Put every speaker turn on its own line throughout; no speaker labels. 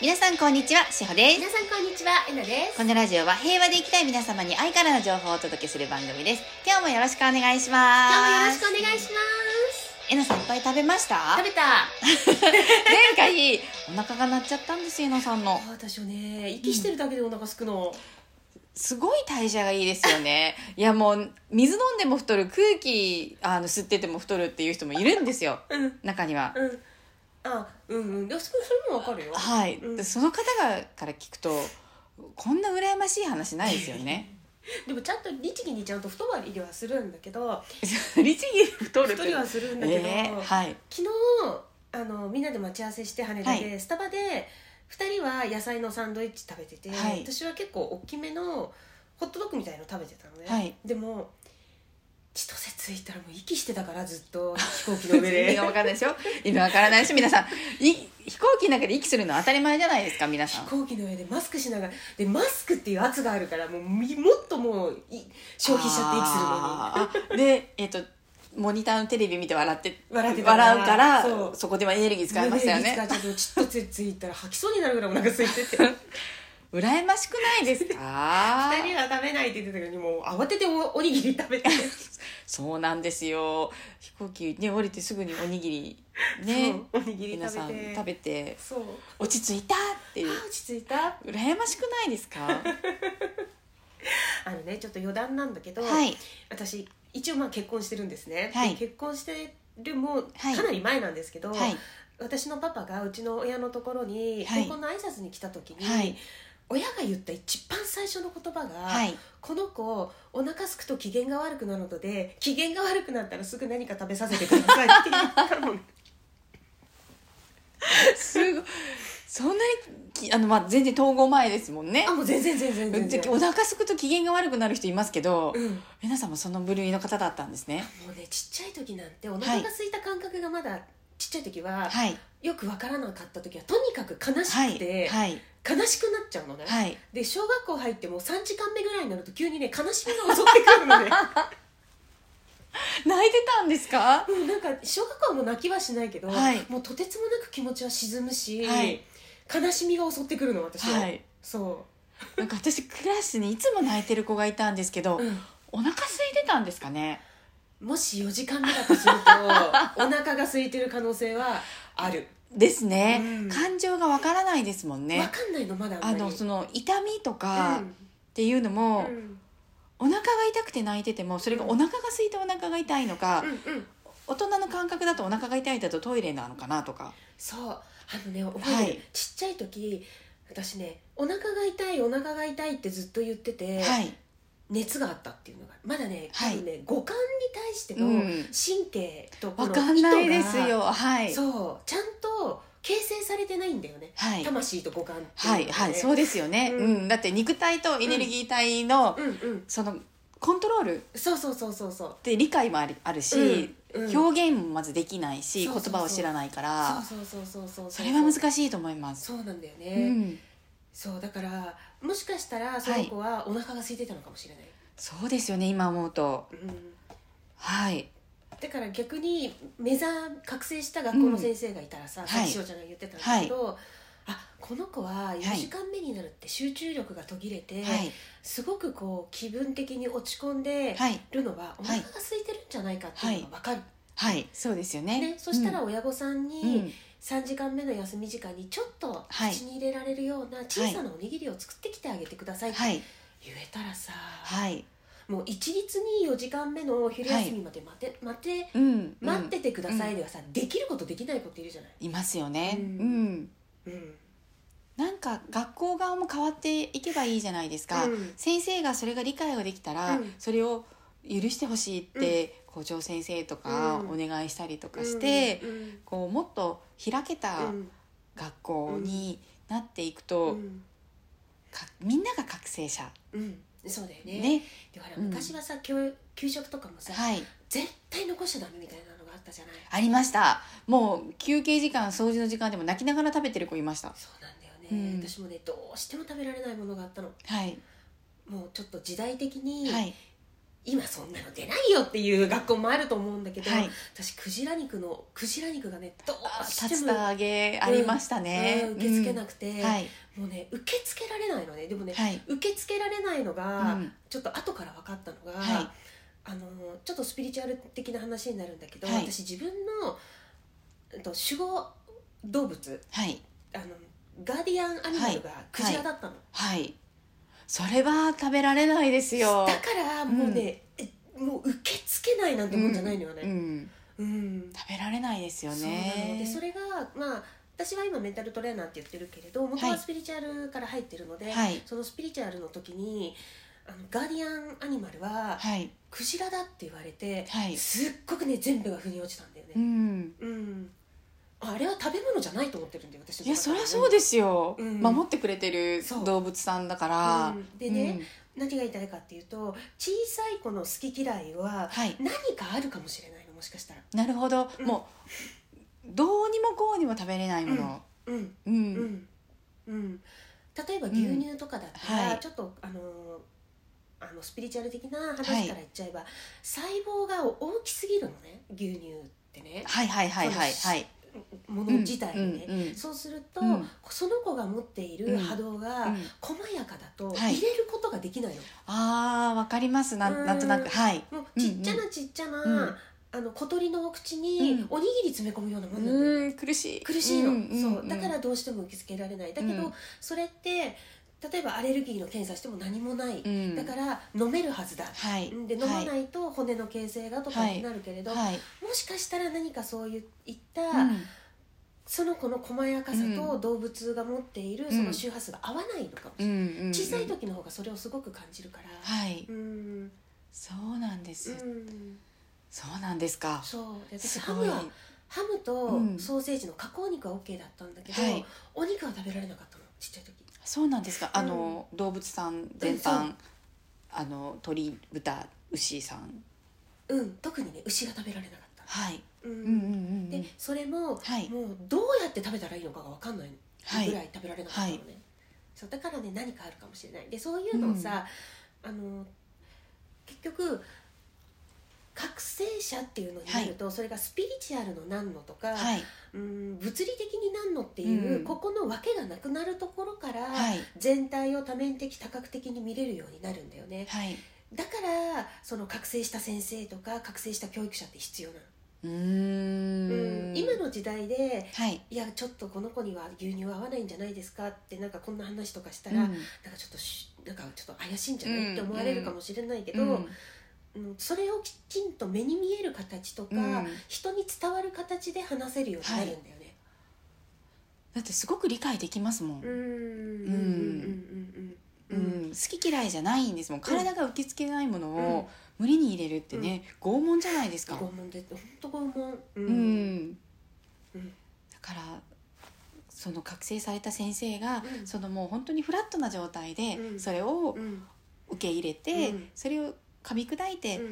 皆さんこんにちは、しほで
皆
す。
さんこんにちは、えなです。
このラジオは平和で生きたい皆様に愛からの情報をお届けする番組です。今日もよろしくお願いしま
今日もよろ
す。
しくお願いします。
えなさんいっぱい食べました
食べた。
前回、お腹が鳴っちゃったんです、えなさんの。
私はね、息してるだけでお腹すくの。
すごい代謝がいいですよね。いやもう、水飲んでも太る、空気あの吸ってても太るっていう人もいるんですよ。
うん、
中には。
うん。あ、うんうん。いや、それそれもわかるよ。
はい、
うん
でその方がから聞くと、こんな羨ましい話ないですよね。
でもちゃんと律儀にちゃんと太りはするんだけど、
律儀に太るって。
太りはするんだけど、
えーはい。
昨日あのみんなで待ち合わせして羽田で、スタバで2人は野菜のサンドイッチ食べてて、
はい
私は結構大きめのホットドッグみたいの食べてたのね、
はい
でも千歳着いたらもう息してたからずっ と飛行機の上
意味
で
が分からないでしょ意味分からないでしょ皆さんい飛行機の中で息するのは当たり前じゃないですか皆さ
飛
ん
行機の上でマスクしながらでマスクっていう圧があるからもうみもっともうい消費しちゃって息するのに。
るのにでえっ、とモニターのテレビ見て笑って
笑ってたから
笑うから
そ
そうこではエネルギー使いましたよね
ちょっとちょっとついたら吐きそうになるぐらいお腹空 いてて
羨ましくないですか
二人は食べないって言ってたけどもう慌てておおにぎり食べて
そうなんですよ飛行機ね降りてすぐにおにぎ りね
そうおにぎり
皆さ
食べ
ん
て
食べて
そう
落ち着いたってい
あ
う
ー落ち着いた
羨ましくないですかは
あのねちょっと余談なんだけど、
い
私一応まあ結婚してるんですね、
はい
で結婚してるもう
はい
かなり前なんですけど、
はい
私のパパがうちの親のところに
はい
結婚の挨拶に来た時に、
はい
親が言った一番最初の言葉が、
はい
この子お腹すくと機嫌が悪くなるので機嫌が悪くなったらすぐ何か食べさせてくださいって言っ たのね
すごいそんなにきあの、まあ、全然統合前ですもんね
あもう全然全然全然
お腹すくと機嫌が悪くなる人いますけど、
うん
皆さんもその部類の方だったんですね
もうねちっちゃい時なんてお腹が空いた感覚がまだ、ちっちゃい時は、
はい
よくわからなかった時はとにかく悲
は
しく
い
て、
はい
悲しくなっちゃうのね、
はい
で小学校入ってもう3時間目ぐらいになると急にね悲しみが襲ってくるのね
泣いてたんですか
もうなんか小学校はもう泣きはしないけど、
はい
もうとてつもなく気持ちは沈むし、
はい
悲しみが襲ってくるの私は、
はい
そ
なんか私クラスにいつも泣いてる子がいたんですけど、
う、うん
お腹空いてたんですかね
もし4時間目だとするとお腹が空いてる可能性はある、
ですね、
うん
感情がわからないですもん
わ
ね
かんないのまだあん
あ
まり
のその痛みと
う
か
ん
っていうの
う
も、
ん
お腹が痛くて泣いててもそれがお腹が空いてお腹が痛いのか、
うんうん
大人の感覚だとお腹が痛いだとトイレなのかなとか
そうあのね覚えてる、
はい
ちっちゃい時私ねお腹が痛いお腹が痛いってずっと言ってて、
はい
熱があったっていうのがまだね多
はい
分ね、五感に対して
う
の
ん
神経とこ
わ
の
かんないですよはい
糸がそうちゃんと形成されてないんだよね、
はい
魂と五感って
はいいう
のがね
はいそうですよね、う
うんん
だって肉体とエネルギー体の、
うんうん
そのコントロールっ
そうそうそうそうそう
て理解もありあるし、
うんうん
表現もまずできないし
そうそうそう
言葉を知らないから
そうそうそうそうそう
それは難しいと思います。
そうなんだよね、
うん、
そうだからもしかしたらその子はお腹が空いてたのかもしれない、
そうですよね今思うと
うん
はい
だから逆に目覚覚醒した学校の先生がいたらさ、
ん
さっ
はい
きしおちゃんが言ってたんだけど、あこの子は4時間目になるって集中力が途切れて、
はい
すごくこう気分的に落ち込んで
はい
るのは、お
い
腹が空いてるんじゃないかっていうのが分かる、
はいそうですよね
ね、そしたら
うん
親御さ
う
んに
ん
3時間目の休み時間にちょっと
はい
口に入れられるような小さなおにぎりを作ってきてあげてくださいって
はい
言えたらさ、
はい
もう一律に4時間目の昼休みまで待て、待て
うん
待っててくださ
う
い
ん
ではさ、できることできないこといるじゃない、
いますよね
うん
うん
うん、
なんか学校側も変わっていけばいいじゃないですか、
うん
先生がそれが理解ができたら、
うん
それを許してほしいって、校長先生とかお
う
願いしたりとかして、
うん
こうもっと開けた
うん
学校になっていくと、
うん
かみんなが覚醒者
うんそうだよね
ね
でほら
うん
昔はさ、教給食とかもさ、
はい
絶対残しちゃダメみたいなのがあったじゃない
ありましたもう休憩時間掃除の時間でも泣きながら食べてる子いました
そうなんだよね、
うん
私もねどうしても食べられないものがあったの
はい
もうちょっと時代的に、
はい
今そんなの出ないよっていう学校もあると思うんだけど、
はい
私クジラ肉のクジラ肉がねどう
竜
しても
田揚げありましたね、
うん受け付けな
く
くて、
はい
もうね受け付けられないのねでもね、
はい
受け付けられないのが、
うん
ちょっと後から分かったのが、
はい
あのちょっとスピリチュアル的な話になるんだけど、
はい
私自分の、えっと、守護動物
はい
あのガーディアンアニマルがクジラだったの、
はいそれは食べられないですよ
だからもうね、えもう受け付けないなんてもんじゃないのよ
うん
ね、
うん
うん
食べられないですよ
そうなの
ね
でそれがまあ私は今メンタルトレーナーって言ってるけれど元はスピリチュアルから入ってるので、
はい
そのスピリチュアルの時にあのガーディアンアニマルは
はい
クジラだって言われて、
はい
すっごくね全部が腑に落ちたんだよ
う
ね
ん
うん、あれは食べ物じゃないと思ってるんだよ私の中
いやそりゃそう
で
ですよ、
うん
守ってくれてる
そう
動物さんだから、
うんでね、何が言いたいかっていうと小さい子の好き嫌いは
はい
何かあるかもしれないのもしかしたら
うんなるほど、
うん
もうどうにもこうにも食べれないもの、
うん
うん
うんうん、例えば牛乳とかだったら、
はい
ちょっとあのあのスピリチュアル的な話
はい
から言っちゃえば、細胞が大きすぎるのね牛乳ってね
はいはいはいはいはい
もの自体がね、
うんうん
そうすると、
うん
その子が持っている波動が、
うん
細やかだと
は
入
い
れることができないの、
あーわかりますな
うん
なんとなくはい
もうちっちゃなちっちゃな、
うん
あの小鳥のお口に
うん
おにぎり詰め込むようなもんなんだよね
うん苦しい
苦しいの、
んん
そうだからどうしても受け付けられないだけど、
うん
それって例えばアレルギーの検査しても何もない、
うん
だから飲めるはずだ、
はい
で飲ま
は
ないと骨の形成がとか
はい
になるけれど、
はい
もしかしたら何かそういった、
うん
その子の細やかさ
う
と動物が持っている
ん
その周波数が合わないのかもしれ
う
ない、
んうん
小さい時の方がそれをすごく感じるから、
はい
うん
そうなんです
うん
そうなんですか
そうで私
す
ハ
ご
ム
い
はハムと
うん
ソーセージの加工肉は OK だったんだけど、
はい
お肉は食べられなかったのちっちゃい時
そうなんですかあの動物さん全
う
般あの鳥豚牛さん
うん特にね牛が食べられなかった
はい
うん、
うんうんうんう
で
ん
それも、
はい
もうどうやって食べたらいいのかが分かんない
はい
ぐらい食べられなかったのね、そうだからね何かあるかもしれないでそういうのをさ、あの結局覚醒者っていうのになると、それがスピリチュアルの何のとか、
はい
うん物理的に何のってい
う
う、
ん
ここの訳がなくなるところから、
はい
全体を多面的多角的に見れるようになるんだよね
はい
だからその覚醒した先生とか覚醒した教育者って必要なの、
うー
うん
ん
今の時代で
はい
いやちょっとこの子には牛乳は合わないんじゃないですかってなんかこんな話とかした
う
ら、なん
ん
かちょっとしなんかちょっと怪しいんじゃない、って思われるかもしれないけど、
うん
うんそれをきちんと目に見える形とか、
うん
人に伝わる形で話せるようになるんだよね、
だってすごく理解できますもん
うんうんうんうん
う
う
ん
うん
ん、好き嫌いじゃないんですもん体が受け付けないもの
うん
を無理に入れるってね、拷問じゃないですか、
拷問で本当拷問
う
う
ん
んうん
だからその覚醒された先生が、
うん
そのもう本当にフラットな状態で、
うん
それを
うん
受け入れて、
うん
それを噛み砕いて、で、
う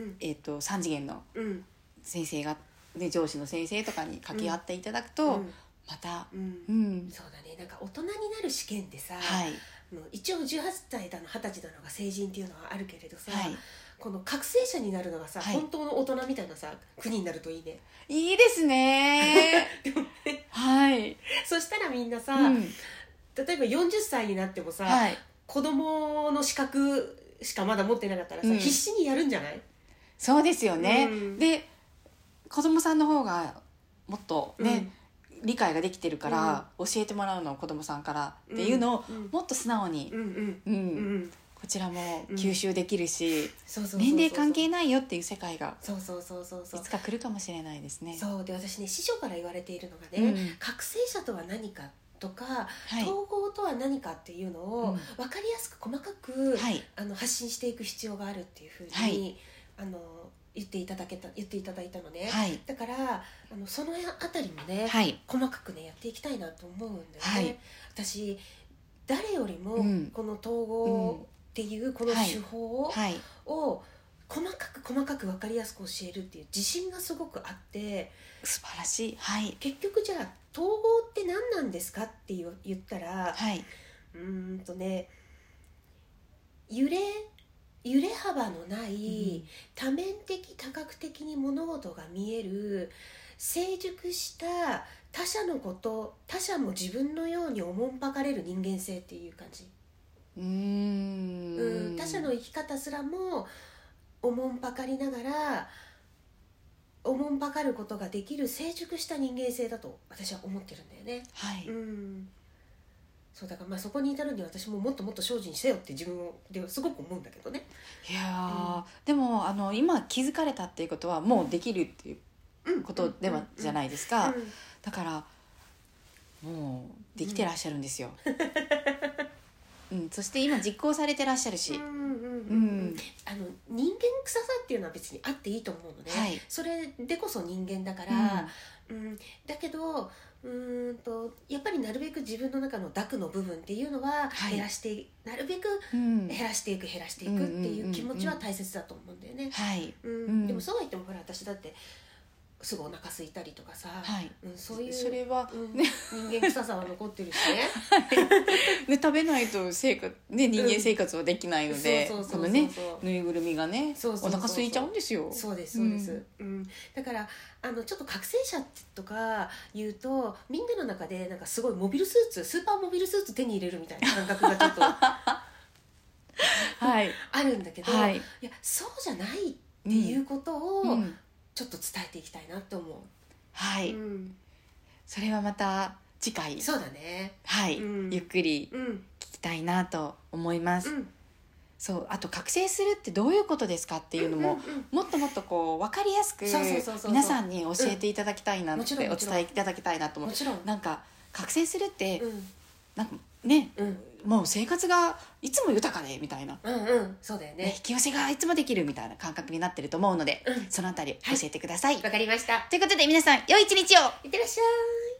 ん
えっと3次元の
うん
先生が、ね、上司の先生とかに掛け合っていただくと、また、
うんうん
うん
そうだねなんか大人になる試験でさ、
はい
あの一応18歳だの20歳だのが成人っていうのはあるけれどさ、
はい
この覚醒者になるのがさ、
はい
本当の大人みたいなさ国になるといい ね
いいです ねはい、
そしたらみんなさ、
うん
例えば40歳になってもさ、
はい、
子供の資格しかまだ持ってなかったらさ、
うん
必死にやるんじゃない
そうですよね、
うん
で子供さんの方がもっとね、理解ができてるから、教えてもらうのを子供さんから
うん
っていうのを、
うん
もっと素直に
う、んうん
うん
うんうん
こちらも
うん
吸収できるし、
そうそうそうそう
年齢関係ないよっていう世界が
そうそうそうそうそ
いうつか来るかもしれないですね。
そうで私ね師匠から言われているのが
う
ね、
ん
覚醒者とは何かとか、
はい、
統合とは何かっていうの
う
を
ん
分かりやすく細かく、
はい、
あの発信していく必要があるっていうふうに、
はい
あの言っていただけた言っていただいたのね、
はい、
だからあのそのあたりもね、
はい、
細かくねやっていきたいなと思うんだよね、
はい
私誰よりも
うん
この統合っていうこの
はい
手法
はい、
を細かく細かく分かりやすく教えるっていう自信がすごくあって
素晴らしい、はい、
結局じゃあ統合って何なんですかって言う言ったら
はい、
うーんとね揺れ揺れ幅のない、多面的多角的に物事が見える成熟した他者のこと他者も自分のようにおもんばかれる人間性っていう感じ、
う
うん
ん
他者の生き方すらもおもんばかりながらおもんばかることができる成熟した人間性だと私は思ってるんだよね。
はい、
うんそうだからまあそこに至るには私ももっともっと精進してよって自分をですごく思うんだけどね。
いやー、でもあの今気づかれたっていうことはもうできるっていう
うん
ことではじゃないいですか、
うん
だからもうできてらっしゃるんですよ、うんそして今実行されてらっしゃるし、
うんうん
う
うんうん
ん
あの人間臭さっていうのは別にあっていいと思うのね、
はい
それでこそ人間だか
うん
ら、うんだけどうーんとやっぱりなるべく自分の中の濁の部分っていうのは
はい
減らして、なるべく
うん
減らしていく減らしていくっていう気持ちは大切だと思うんだよね、
はい
うん
うん
でもそうは言ってもほら私だってすぐお腹空いたりとかさ、
はい
うん、そういう
それは、
うん
ね
人間臭さは残ってるしね。
ね、食べないと生活、ね、人間生活はできないので、
そう
こ
そうそうそ
の
う
ねぬいぐるみがね
そうそうそうそ
お
う
腹空いちゃうんですよ
そうですそうです、うんだからあのちょっと覚醒者とか言うとみんなの中でなんかすごいモビルスーツスーパーモビルスーツ手に入れるみたいな感覚がちょっとあ
はい
るんだけど、、
はいい、
やそうじゃないっていうこと
う
を
ん
ちょっと伝えていきたいなって思う、
はい、
うん
それはまた次回
そうだね
はい、
うん
ゆっくり
うんうん
聞きたいなと思います、そうあと覚醒するってどういうことですかっていうのも、
んん
もっともっとこう分かりやすく
そうそうそうそう
皆さんに教えていただきたいな
うん
っ
もちろ
て
ん
お
もちろん
伝えいただきたいなと
うん
思
も
って
ちろん
なんか覚醒するって
うん
なんかね
うん
もう生活がいつも豊かでみたいな、
うんうんそうだよ
ね、
ね
引き寄せがいつもできるみたいな感覚になってると思うので、
うん
そのあたり教えてください、
わかりました
ということで皆さん良い一日を
いってらっしゃい